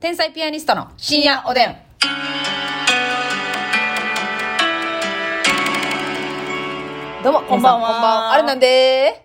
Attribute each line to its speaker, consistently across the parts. Speaker 1: 天才ピアニストの深夜おでん。どうも、こんばんは。
Speaker 2: こんばんは
Speaker 1: あれなんで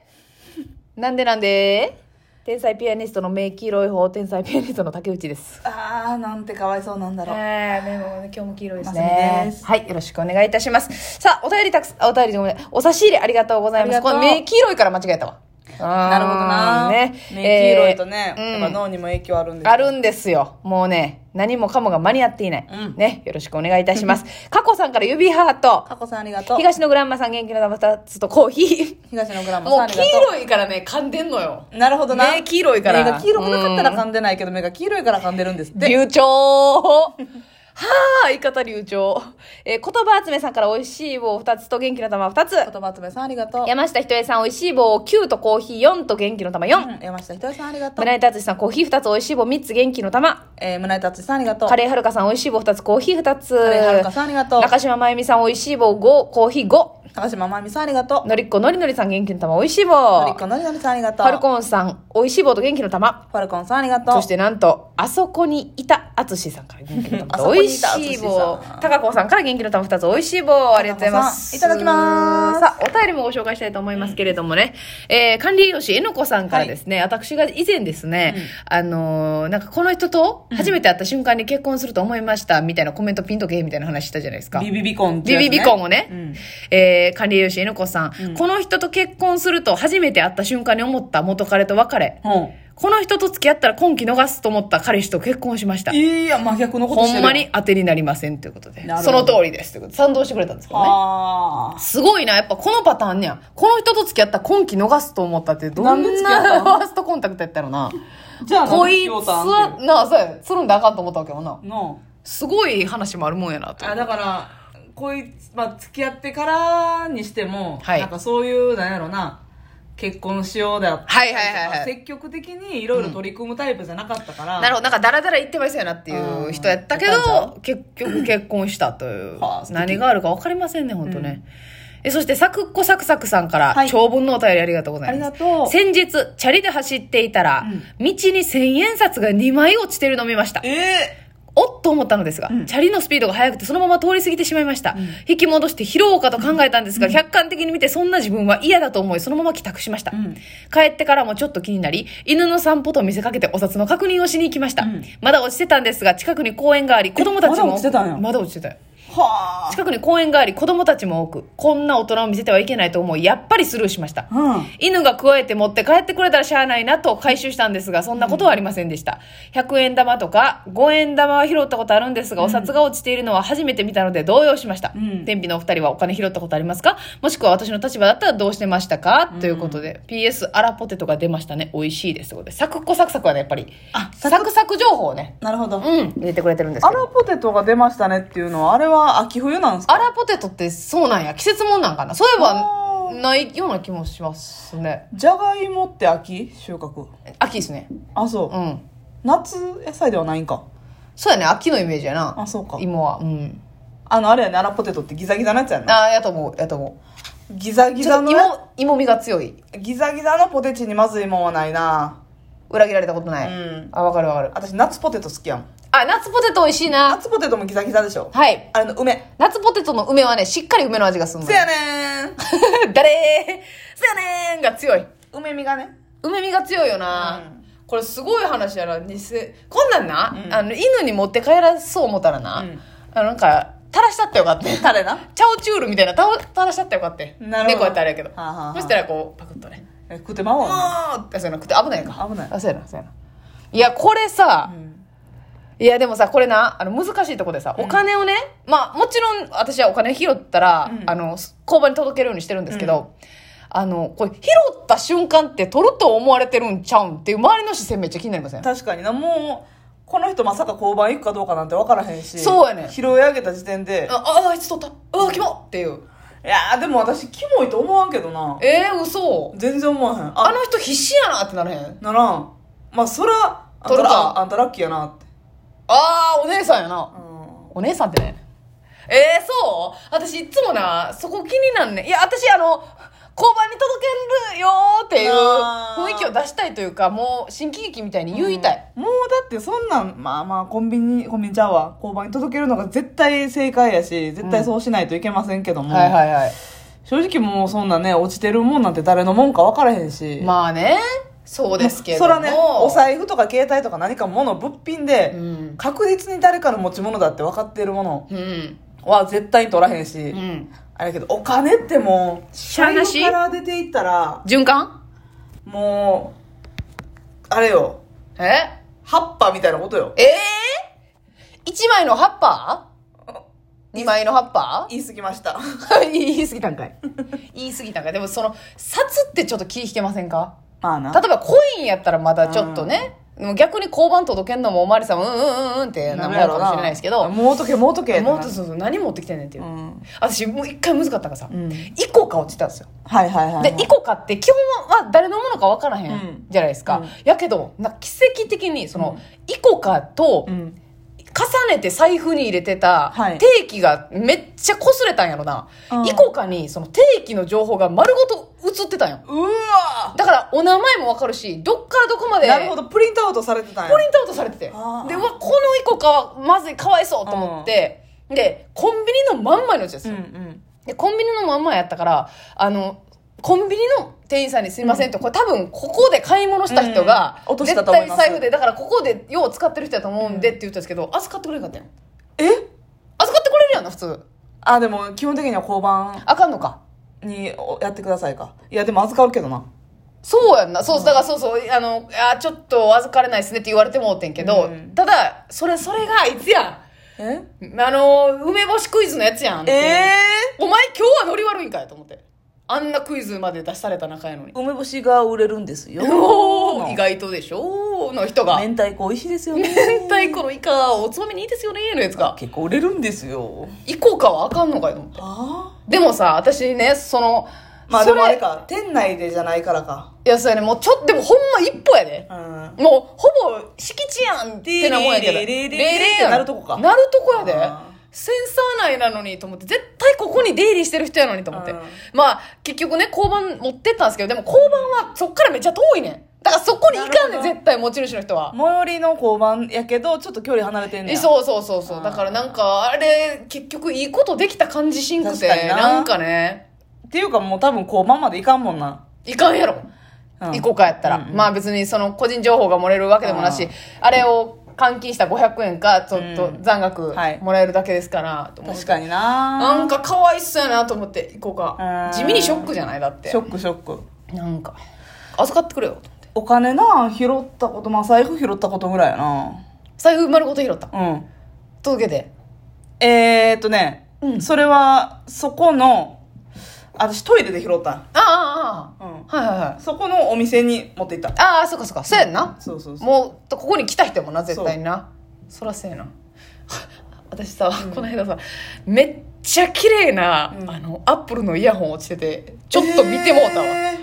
Speaker 1: なんでなんで天才ピアニストの目黄色い方、天才ピアニストの竹内です。
Speaker 2: あー、なんてかわいそうなんだろう。
Speaker 1: ええ、目も今日も黄色いです
Speaker 2: ね
Speaker 1: はい、よろしくお願いいたします。さあ、お便りたくさん、あお便りでもね、お差し入れありがとうございます。
Speaker 2: ありが
Speaker 1: こと
Speaker 2: う
Speaker 1: の目黄色いから間違えたわ。な
Speaker 2: なるほどな。
Speaker 1: ね。
Speaker 2: 目黄色いとね、
Speaker 1: えー
Speaker 2: やっ
Speaker 1: う
Speaker 2: ぱ
Speaker 1: ん
Speaker 2: 脳にも影響あるんですよ
Speaker 1: あるんですよ。もうね、何もかもが間に合っていない。
Speaker 2: うん
Speaker 1: ね、よろしくお願いいたします。過去さんから指ハート、
Speaker 2: かこさんありがとう。東
Speaker 1: 東のグランマさん元気の玉2つとコーヒー。
Speaker 2: のグラムさん
Speaker 1: も
Speaker 2: あ
Speaker 1: う黄
Speaker 2: りがと
Speaker 1: 色いからね、噛んでんのよ。
Speaker 2: う。なるほどな。
Speaker 1: 目黄色いから
Speaker 2: 目が黄色くなかったら噛んでないけど、目が黄色いから噛んでるんですって。
Speaker 1: 流暢はあ、相方流暢。えー言葉集めさんから美味しい棒2つと元気の玉2つ。
Speaker 2: 言葉集めさんありがとう。
Speaker 1: 山下ひとえさん美味しい棒9とコーヒー4と元気の玉4。
Speaker 2: うん山下ひとりさんありがとう。
Speaker 1: 村井達志さんコーヒー2つ美味しい棒3つ元気の玉。
Speaker 2: えー、胸井達さんありがとう。
Speaker 1: カレーはるかさん美味しい棒2つ、コーヒー2つ。
Speaker 2: カレーはるかさんありがとう
Speaker 1: 中島まゆみさん美味しい棒5、コーヒー5。
Speaker 2: 高島まみさんありがとう。
Speaker 1: のりっこのりのりさん元気の玉美味しい棒。
Speaker 2: のりっこのりのりさんありがとう。
Speaker 1: ファルコンさん美味しい棒と元気の玉。
Speaker 2: ファルコンさんありがとう。
Speaker 1: そしてなんと、あそこにいたあつしさんから元気の
Speaker 2: あそ
Speaker 1: 玉。
Speaker 2: こ
Speaker 1: 美
Speaker 2: に
Speaker 1: 味
Speaker 2: いた
Speaker 1: しい
Speaker 2: あつ
Speaker 1: 棒
Speaker 2: しさん。
Speaker 1: たかこさんから元気の玉2つ美味しい棒。ありがとうございます。
Speaker 2: たかこさんいただきます
Speaker 1: さあ、お便りもご紹介したいと思いますけれどもね。えー管理栄養士えのこさんからですね、私が以前ですね、あのーなんかこの人と初めて会った瞬間に結婚すると思いました、みたいなコメントピンとけへんみたいな話したじゃないですか。
Speaker 2: ビビビコンって
Speaker 1: ビ
Speaker 2: やつね
Speaker 1: ビビコンをね、
Speaker 2: うん
Speaker 1: えー管理栄養士えのこさん,、この人と結婚すると初めて会った瞬間に思った元彼と別れ。
Speaker 2: うん。
Speaker 1: この人と付き合ったら今期逃すと思った彼氏と結婚しました。
Speaker 2: いや、真逆のこと
Speaker 1: ほ
Speaker 2: してる
Speaker 1: ん
Speaker 2: よ。
Speaker 1: まに当てになりませんということで
Speaker 2: な。る
Speaker 1: そ
Speaker 2: ほ
Speaker 1: の
Speaker 2: ど
Speaker 1: 通りですということで。賛同してくれたんですけどね。
Speaker 2: はあ。
Speaker 1: すごいな。やっぱこのパターンねや。この人と付き合ったら今期逃すと思ったって、どん
Speaker 2: なんで付き合った
Speaker 1: な
Speaker 2: の
Speaker 1: ファーストコンタクトやったのな。
Speaker 2: じゃあ、
Speaker 1: こいつ
Speaker 2: なんで塩タン
Speaker 1: は、なあ、そうや。つるんであかんと思ったわけよな
Speaker 2: っ。ての
Speaker 1: すごい話もあるもんやなと。
Speaker 2: あだからこいつ、まあ、付き合ってからにしても、
Speaker 1: はい
Speaker 2: なんかそういうなんやろな結婚しようであったりとか
Speaker 1: はいはいはいはい
Speaker 2: 積極的にいろいろ取り組むタイプじゃなかったから、
Speaker 1: なるほど。なんかダラダラ言ってましたよなっていう人やったけ
Speaker 2: うんやった
Speaker 1: ど、
Speaker 2: んち
Speaker 1: 結局結婚したという
Speaker 2: はあ。素敵
Speaker 1: 何があるか分かりませんね、本当ね。えそして、サクッコサクサクさんから、
Speaker 2: はい
Speaker 1: 長文のお便りありがとうございます。
Speaker 2: ありがとう
Speaker 1: 先日、チャリで走っていたら、道に1000円札が2枚落ちてるのを見ました。
Speaker 2: え
Speaker 1: おっと思ったのですが、
Speaker 2: うん
Speaker 1: チャリのスピードが速くてそのまま通り過ぎてしまいました。引き戻して拾おうかと考えたんですが、客観的に見てそんな自分は嫌だと思い、そのまま帰宅しました。
Speaker 2: ん
Speaker 1: 帰ってからもちょっと気になり、犬の散歩と見せかけてお札の確認をしに行きました。
Speaker 2: うん
Speaker 1: まだ落ちてたんですが、近くに公園があり、子供たちも。
Speaker 2: まだ落ちてたんや
Speaker 1: まだ落ちてたよ。
Speaker 2: ー、は
Speaker 1: 近くに公園があり、子供たちも多く、こんな大人を見せてはいけないと思い、やっぱりスルーしました。
Speaker 2: あ
Speaker 1: 犬が加えて持って帰ってくれたらしゃあないなと回収したんですが、そんなことはありませんでした。100円玉とか5円玉は拾ったことあるんですが、お札が落ちているのは初めて見たので動揺しました。
Speaker 2: うん
Speaker 1: 天日のお二人はお金拾ったことありますかもしくは私の立場だったらどうしてましたか、ということで、PS アラポテトが出ましたね。美味しいです。ということで、サクッコサクサクはね、やっぱり、
Speaker 2: あ
Speaker 1: サクサク情報をね、
Speaker 2: うんなるほど、
Speaker 1: うん、入れてくれてるんです
Speaker 2: ア
Speaker 1: けど。
Speaker 2: ラポテトが出ましたねっていうのはあれは秋冬なんですか
Speaker 1: アラポテトってそうなんや。季節もんなんかな。そういえば
Speaker 2: あ、
Speaker 1: ないような気もしますね。
Speaker 2: じゃがいもって秋収穫
Speaker 1: 秋ですね。
Speaker 2: あそう、
Speaker 1: うん。
Speaker 2: 夏野菜ではないんか
Speaker 1: そうやね、秋のイメージやな。
Speaker 2: あそうか
Speaker 1: 芋は。うん。
Speaker 2: あのあれやねアラポテトってギザギザのやつやな
Speaker 1: ああ、やと思う、やと思
Speaker 2: ギザ
Speaker 1: う。
Speaker 2: ギ
Speaker 1: ちょ
Speaker 2: ザ
Speaker 1: っと
Speaker 2: の
Speaker 1: 芋、芋味が強い。
Speaker 2: ギザギザのポテチにまずいもんはないな
Speaker 1: 裏切られたことな
Speaker 2: う
Speaker 1: い。
Speaker 2: ん
Speaker 1: あ、わかるわかる。
Speaker 2: 私夏ポテト好きやもん
Speaker 1: あ、夏ポテト美味しいな。
Speaker 2: 夏ポテトもギザギザでしょ
Speaker 1: はい。
Speaker 2: あれの梅
Speaker 1: 夏ポテトの梅はね、しっかり梅の味がするの
Speaker 2: せ
Speaker 1: よ。
Speaker 2: やね ー
Speaker 1: 誰せやねーんが強い。
Speaker 2: ん梅味がね
Speaker 1: 梅味が強いよな。これすごい話やな。偽こんなんな、
Speaker 2: うん
Speaker 1: あの、犬に持って帰らそう思ったらな、
Speaker 2: うん
Speaker 1: あの、なんか、垂らしたってよかった。
Speaker 2: タレな
Speaker 1: チャオチュールみたいな、た垂らしたってよかった。
Speaker 2: なるほど
Speaker 1: 猫やったらあれやけど。
Speaker 2: はあはあはあ
Speaker 1: そしたらこう、パクッとね。
Speaker 2: え食ってまおうな
Speaker 1: あそうやなくて危ないか
Speaker 2: 危ない
Speaker 1: あそうやなそうやないやこれさ、
Speaker 2: ん
Speaker 1: いやでもさこれなあの難しいとこでさ、お金をねまあもちろん私はお金拾ったら、
Speaker 2: うん
Speaker 1: あの工場に届けるようにしてるんですけど、あのこれ拾った瞬間って取ると思われてるんちゃうんっていう周りの視線めっちゃ気になりません
Speaker 2: 確かになもうこの人まさか交番行くかどうかなんて分からへんし
Speaker 1: そうやねん
Speaker 2: 拾い上げた時点で
Speaker 1: あああいつ取ったうわキモっていう
Speaker 2: いやーでも私キモいと思わんけどな
Speaker 1: えー、嘘
Speaker 2: 全然思わへん
Speaker 1: あ
Speaker 2: あ
Speaker 1: の人必死やなってならへん
Speaker 2: ならんまあそらあん
Speaker 1: 取
Speaker 2: た
Speaker 1: るか
Speaker 2: らあんたラッキーやなって
Speaker 1: ああお姉さんやな、
Speaker 2: うん
Speaker 1: お姉さんってねえー、そう私いつもなそこ気になんねんいや私あの交番に届けるよーって
Speaker 2: あー
Speaker 1: いう雰囲気を出したいというか、もう新喜劇みたいに言いたい。
Speaker 2: もうだってそんなんまあまあコンビニコンビニちゃうわ交番に届けるのが絶対正解やし絶対そうしないといけませんけども、
Speaker 1: はいはいはい。
Speaker 2: 正直もうそんなね落ちてるもんなんて誰のもんか分からへんし、
Speaker 1: まあね、そうですけども。
Speaker 2: そらねお財布とか携帯とか何か物物品で、
Speaker 1: うん。
Speaker 2: 確実に誰かの持ち物だって分かってるもの
Speaker 1: うん。
Speaker 2: は絶対に取らへんし、
Speaker 1: うん。
Speaker 2: あれやけどお金ってもう
Speaker 1: しゃあなし
Speaker 2: 財布から出ていったら
Speaker 1: 循環
Speaker 2: もうあれよ
Speaker 1: え
Speaker 2: 葉っぱみたいなことよ
Speaker 1: ええー、?1 枚の葉っぱ ?2 枚の葉っぱ
Speaker 2: 言い過ぎました
Speaker 1: 言い過ぎたんかい。 言い過ぎたんかい。でもその、札ってちょっと気引けませんか
Speaker 2: まあ
Speaker 1: 例
Speaker 2: な
Speaker 1: えばコインやったらまだちょっとね、でも逆に交番届けんのもおまわりさんもうんうんうんうんってなもんやかもしれないですけど、
Speaker 2: もうとけもうとけ
Speaker 1: もう
Speaker 2: と
Speaker 1: とそうそう何持ってきてんねんっていう、
Speaker 2: うん
Speaker 1: 私もう一回難かったからさ、
Speaker 2: うん
Speaker 1: イコカ落ちたんですよ
Speaker 2: はいはいはい
Speaker 1: で、イコカって基本は誰のものか分からへ
Speaker 2: うんん
Speaker 1: じゃないですか。
Speaker 2: うん
Speaker 1: やけど、な奇跡的に、その、イコカと
Speaker 2: う、ん
Speaker 1: 重ねて財布に入れてた
Speaker 2: はい、
Speaker 1: 定期がめっちゃ擦れたんやろな。
Speaker 2: うん
Speaker 1: イコカに、その定期の情報が丸ごと映ってたんよ。
Speaker 2: うわ
Speaker 1: だから、お名前も分かるし、どっからどこまで、
Speaker 2: なるほどプリントアウトされてたんや
Speaker 1: プリントアウトされてて。で、う
Speaker 2: あ
Speaker 1: わ、
Speaker 2: ー
Speaker 1: このイコカは、まずい、かわいそうと思って、で、コンビニのまんまのやつですよ。
Speaker 2: うん
Speaker 1: でコンビニのまんまやったからあのコンビニの店員さんに「すいません」って、これ多分ここで買い物した人が、
Speaker 2: うん落とし
Speaker 1: 絶
Speaker 2: たと思い
Speaker 1: 対
Speaker 2: ます
Speaker 1: 財布でだからここでよう使ってる人やと思うんでって言ったんですけど預かってくれなかったよ
Speaker 2: え
Speaker 1: 預かってくれるやんな普通
Speaker 2: あでも基本的には交番
Speaker 1: あかんのか
Speaker 2: におやってくださいかいやでも預かるけどな
Speaker 1: そうやんなそうだからそうそうあのあちょっと預かれないですねって言われてもうてんけど、
Speaker 2: うん
Speaker 1: ただそれそれがいつや
Speaker 2: え
Speaker 1: んあの梅干しクイズのやつやん
Speaker 2: ええ
Speaker 1: お前今日はノリ悪いんかいと思ってあんなクイズまで出された仲やのに
Speaker 2: 梅干しが売れるんですよ
Speaker 1: おー意外とでしょの人が
Speaker 2: 明太子美味しいですよね
Speaker 1: 明太子のイカおつまみにいいですよねのやつが
Speaker 2: 結構売れるんですよ
Speaker 1: イコカはあかんのかいと思って
Speaker 2: あ
Speaker 1: でもさ私ねその
Speaker 2: まあ
Speaker 1: そ
Speaker 2: で
Speaker 1: れ
Speaker 2: もあれか店内でじゃないからか
Speaker 1: いやそうやねもうちょっとでもほんま一歩やで、
Speaker 2: うん
Speaker 1: もうほぼ敷地やんってなもんやけど
Speaker 2: リリリリリリ
Speaker 1: リリ
Speaker 2: ってなるとこか
Speaker 1: なるとこやで
Speaker 2: あー
Speaker 1: センサー内なのにと思って絶対ここに出入りしてる人やのにと思って
Speaker 2: うん
Speaker 1: まあ結局ね交番持ってったんですけどでも交番はそっからめっちゃ遠いねんだからそこに行かんねん
Speaker 2: なるほど
Speaker 1: 絶対持ち主の人は
Speaker 2: 最寄りの交番やけどちょっと距離離れてんね
Speaker 1: え
Speaker 2: や
Speaker 1: そうそうそうそ
Speaker 2: あ
Speaker 1: う
Speaker 2: ー
Speaker 1: だからなんかあれ結局いいことできた感じしんくて
Speaker 2: 確かに
Speaker 1: な
Speaker 2: なん
Speaker 1: かね
Speaker 2: っていうかもう多分交番まで行かんもんな、
Speaker 1: いかんやろ、
Speaker 2: うん
Speaker 1: 行こうかやったら、
Speaker 2: うんうん
Speaker 1: まあ別にその個人情報が漏れるわけでもなし、
Speaker 2: うん
Speaker 1: あれを換金した500円かちょっと
Speaker 2: うん
Speaker 1: 残額
Speaker 2: はい
Speaker 1: もらえるだけですから、と思って
Speaker 2: 確かにな
Speaker 1: なんかかわいそうやなと思って行こうか
Speaker 2: うん
Speaker 1: 地味にショックじゃないだって
Speaker 2: ショックショック
Speaker 1: なんか預かってくれよと思って
Speaker 2: お金な拾ったことまあ財布拾ったことぐらいやな
Speaker 1: 財布丸ごと拾った
Speaker 2: うん
Speaker 1: 届けて
Speaker 2: えー、っとね、
Speaker 1: うん
Speaker 2: それはそこの私トイレで拾ったん
Speaker 1: あああ
Speaker 2: うん
Speaker 1: あああはいはいはい
Speaker 2: そこのお店に持って行った
Speaker 1: ああそっかそっかそうやんな、
Speaker 2: そうそうそう
Speaker 1: もうここに来た人もな絶対になそらせえな 私さ、この間さめっちゃ綺麗な、
Speaker 2: うん
Speaker 1: あのアップルのイヤホン落ちててちょっと見てもうたわ、
Speaker 2: え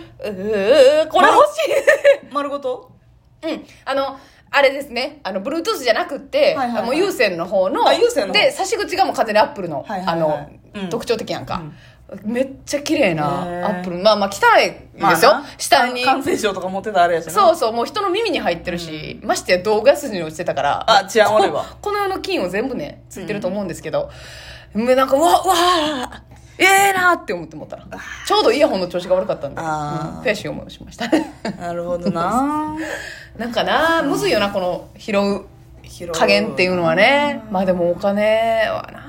Speaker 1: うーこれ欲し
Speaker 2: ー丸ごと
Speaker 1: い うんあのあれですねあの Bluetooth じゃなくって、
Speaker 2: はいはいはい
Speaker 1: もう有線の方の
Speaker 2: あ有線の方
Speaker 1: で差し口がもう完全にアップルの、
Speaker 2: はいはいはい
Speaker 1: あの、
Speaker 2: うん
Speaker 1: 特徴的やんか、めっちゃ綺麗な
Speaker 2: へー
Speaker 1: アップルまあまあ汚いですよ、
Speaker 2: まあな
Speaker 1: 下に
Speaker 2: 感染症とか持ってたあれやしな
Speaker 1: そうそうもう人の耳に入ってるし、ましてや動画筋に落ちてたから
Speaker 2: あ治安悪いわ
Speaker 1: ここ の世の菌を全部ねついてると思うんですけど、もうなんかうわうわーええなーって思って思ったらちょうどイヤホンの調子が悪かったんで、うん、
Speaker 2: あー
Speaker 1: 悔しい思いをしました
Speaker 2: なるほどな
Speaker 1: なんかなむずいよなこの拾う
Speaker 2: 拾 う
Speaker 1: 加減っていうのはねまあでもお金はな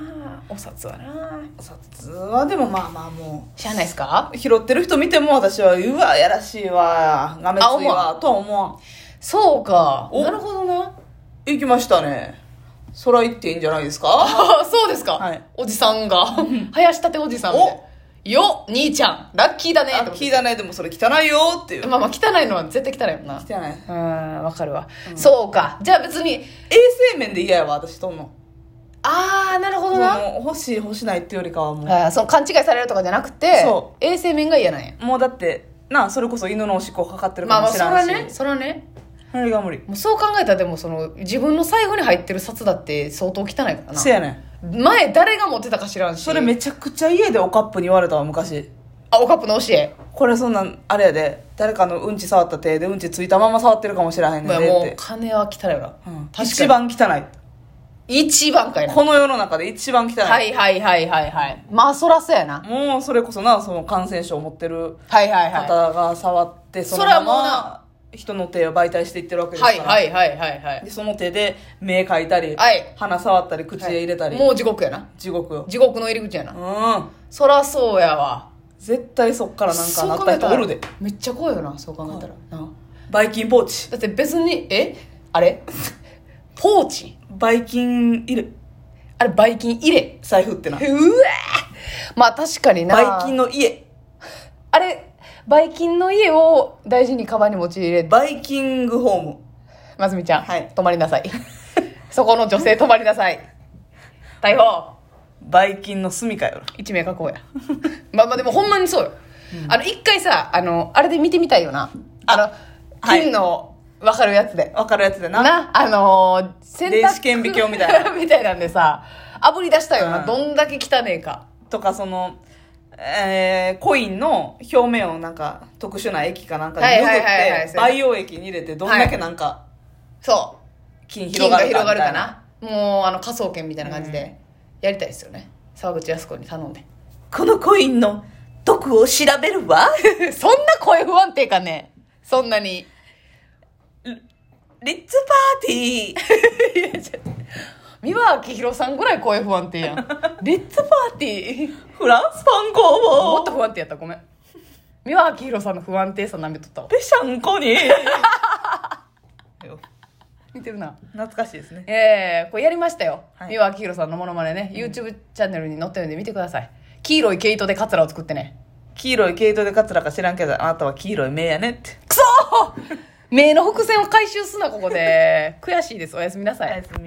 Speaker 1: お札はな
Speaker 2: 札はでもまあまあも
Speaker 1: 知らないですか
Speaker 2: う拾ってる人見ても私はうわやらしいわがめつ
Speaker 1: あ
Speaker 2: い
Speaker 1: 思わ
Speaker 2: わとは思わん
Speaker 1: そうか
Speaker 2: お
Speaker 1: なるほどな
Speaker 2: 行きましたね空行っていいんじゃないですか
Speaker 1: あそうですか、
Speaker 2: はい
Speaker 1: おじさん が林立ておじさんみたいなよ兄ちゃんラッキーだねと思
Speaker 2: あ
Speaker 1: って
Speaker 2: 聞いたねでもそれ汚いよっていう
Speaker 1: まあまあ汚いのは絶対汚いもんな
Speaker 2: 汚い衛
Speaker 1: うんわかるわ、そうかじゃあ別に
Speaker 2: 生面で嫌やわ私とんの
Speaker 1: ああなるほどな、
Speaker 2: もう欲しい欲しないってよりかはもう
Speaker 1: あーその勘違いされるとかじゃなくて
Speaker 2: そ
Speaker 1: 衛生面が嫌なんや
Speaker 2: もうだってなあそれこそ犬のおしっこかかってる
Speaker 1: まあ
Speaker 2: か
Speaker 1: ま
Speaker 2: も
Speaker 1: あ
Speaker 2: し
Speaker 1: それ
Speaker 2: れ
Speaker 1: はい
Speaker 2: なし、
Speaker 1: ねそれはね
Speaker 2: それが無理
Speaker 1: もうそう考えたらでもその自分の財布に入ってる札だって相当汚いから
Speaker 2: せ
Speaker 1: な
Speaker 2: やねん
Speaker 1: 前誰が持ってたか知らんし
Speaker 2: それめちゃくちゃ家でおカップに言われたわ昔
Speaker 1: ああ、おカップの教え。
Speaker 2: これそんなんあれやで誰かのうんち触った手でうんちついたまま触ってるかもしれへん
Speaker 1: も
Speaker 2: ねん
Speaker 1: う
Speaker 2: でっ
Speaker 1: もう
Speaker 2: て、
Speaker 1: 金は汚いよな。
Speaker 2: うん
Speaker 1: 確かに。
Speaker 2: 一。番汚い
Speaker 1: 一番かいな。
Speaker 2: この世の中で一番汚い、
Speaker 1: はいはいはいはいはい。まあ、そらそうやな。
Speaker 2: もうそれこそなその感染症を持ってる
Speaker 1: はいはいはい。
Speaker 2: 方が触ってその
Speaker 1: そら
Speaker 2: ま
Speaker 1: もう
Speaker 2: ま
Speaker 1: な
Speaker 2: 人の手を媒体していってるわけですか
Speaker 1: は
Speaker 2: ら、
Speaker 1: いはいはいはいはい
Speaker 2: でその手で目描いたり、
Speaker 1: はい
Speaker 2: 鼻触ったり口へ入れたり、
Speaker 1: もう地獄やな。
Speaker 2: 地獄よ
Speaker 1: 地獄の入り口やな。
Speaker 2: うん
Speaker 1: そらそうやわ。
Speaker 2: 絶対そっからなんかなった人おるで
Speaker 1: そう考えたらめっちゃ怖いよな、そう考えたら。な
Speaker 2: バイキンポーチ
Speaker 1: だって別に、えあれ ポーチ
Speaker 2: バイキン入れ
Speaker 1: あれ、バイキン入れ。
Speaker 2: 財布ってな
Speaker 1: うわーまあ確かにな。
Speaker 2: バイキンの家
Speaker 1: あれ、バイキンの家を大事にカバンに持ち入れて、
Speaker 2: バイキングホーム
Speaker 1: まずみちゃん、
Speaker 2: はい
Speaker 1: 泊まりなさい。 そこの女性泊まりなさい。逮捕
Speaker 2: バイキンの住みかよ
Speaker 1: 一名確保や。 まあまあでもほんまにそうよ。あの、一回さ、あの、あれで見てみたいよな。あの、
Speaker 2: はい
Speaker 1: 金のわかるやつで。
Speaker 2: 分かるやつでな
Speaker 1: な、あのー、洗
Speaker 2: 電子顕微鏡みたいな
Speaker 1: みたいなんでさ、炙り出したよな、
Speaker 2: うん
Speaker 1: どんだけ汚ねえか。
Speaker 2: とかそのえーコインの表面をなんか特殊な液かなんかに
Speaker 1: はい
Speaker 2: 塗っ
Speaker 1: はいはいはい
Speaker 2: て培養液に入れてどんだけなんか
Speaker 1: そう。
Speaker 2: 菌
Speaker 1: 金
Speaker 2: 広が
Speaker 1: が
Speaker 2: るか
Speaker 1: 広が
Speaker 2: み
Speaker 1: るか
Speaker 2: たいな
Speaker 1: なもうあの科捜研みたいな感じでやりたいですよね、沢口靖子に頼ん で
Speaker 2: このコインの毒を調べるわ
Speaker 1: そんな声不安定かねそんなに
Speaker 2: リッツパーティー
Speaker 1: 三輪明宏さんぐらい声不安定 やんリッツパーティー
Speaker 2: フランスパン
Speaker 1: もっ
Speaker 2: 工
Speaker 1: と不安定やったごめん 三輪明宏さんの不安定さ舐めとったわ
Speaker 2: ペシャンコに
Speaker 1: 似てるな
Speaker 2: 懐かしいですね
Speaker 1: ええこれやりましたよ、
Speaker 2: はい
Speaker 1: 三輪明宏さんのものまねね YouTube チャンネルに載ってるんで見てください黄色い毛糸でカツラを作ってね
Speaker 2: 黄色い毛糸でカツラか知らんけどあなたは黄色い目やねって
Speaker 1: 目の伏線を回収すなここで悔しいですおやすみなさい
Speaker 2: おやすみ